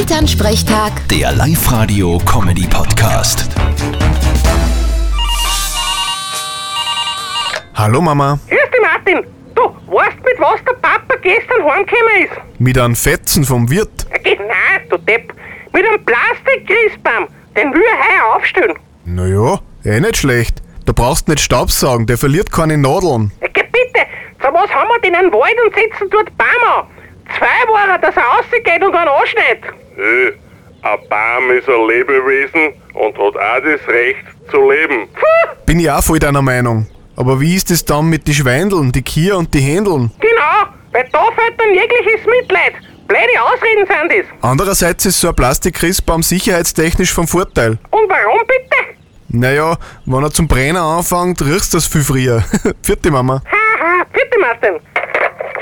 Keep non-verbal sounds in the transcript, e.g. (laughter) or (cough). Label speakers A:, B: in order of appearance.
A: Elternsprechtag,
B: Der Live-Radio-Comedy-Podcast.
C: Hallo Mama,
D: Grüß dich, Martin. Du, weißt mit was der Papa gestern heimgekommen ist?
C: mit einem Fetzen vom Wirt.
D: Er geht, nein, du Depp. Mit einem Plastikgrießbaum. Den will er heuer aufstellen.
C: Naja, eh nicht schlecht. Da brauchst nicht Staubsaugen, der verliert keine Nadeln.
D: Er geht, bitte. Zu was haben wir denn einen Wald und setzen dort Baum an? Zwei Wochen, dass er rausgeht und einen anschneidet.
E: Äh, ein Baum ist ein Lebewesen und hat auch das Recht zu leben.
D: Puh,
C: Bin ich auch voll deiner Meinung. Aber wie ist es dann mit den Schweindeln, die Kier und die Händeln?
D: genau. Weil da fällt dann jegliches Mitleid. Blöde Ausreden sind das.
C: Andererseits ist so ein Plastikrissbaum sicherheitstechnisch vom Vorteil.
D: Und warum bitte?
C: Naja, wenn er zum Brenner anfängt, riechst du das viel früher. (laughs) Vierte Mama.
D: Haha, bitte, Martin.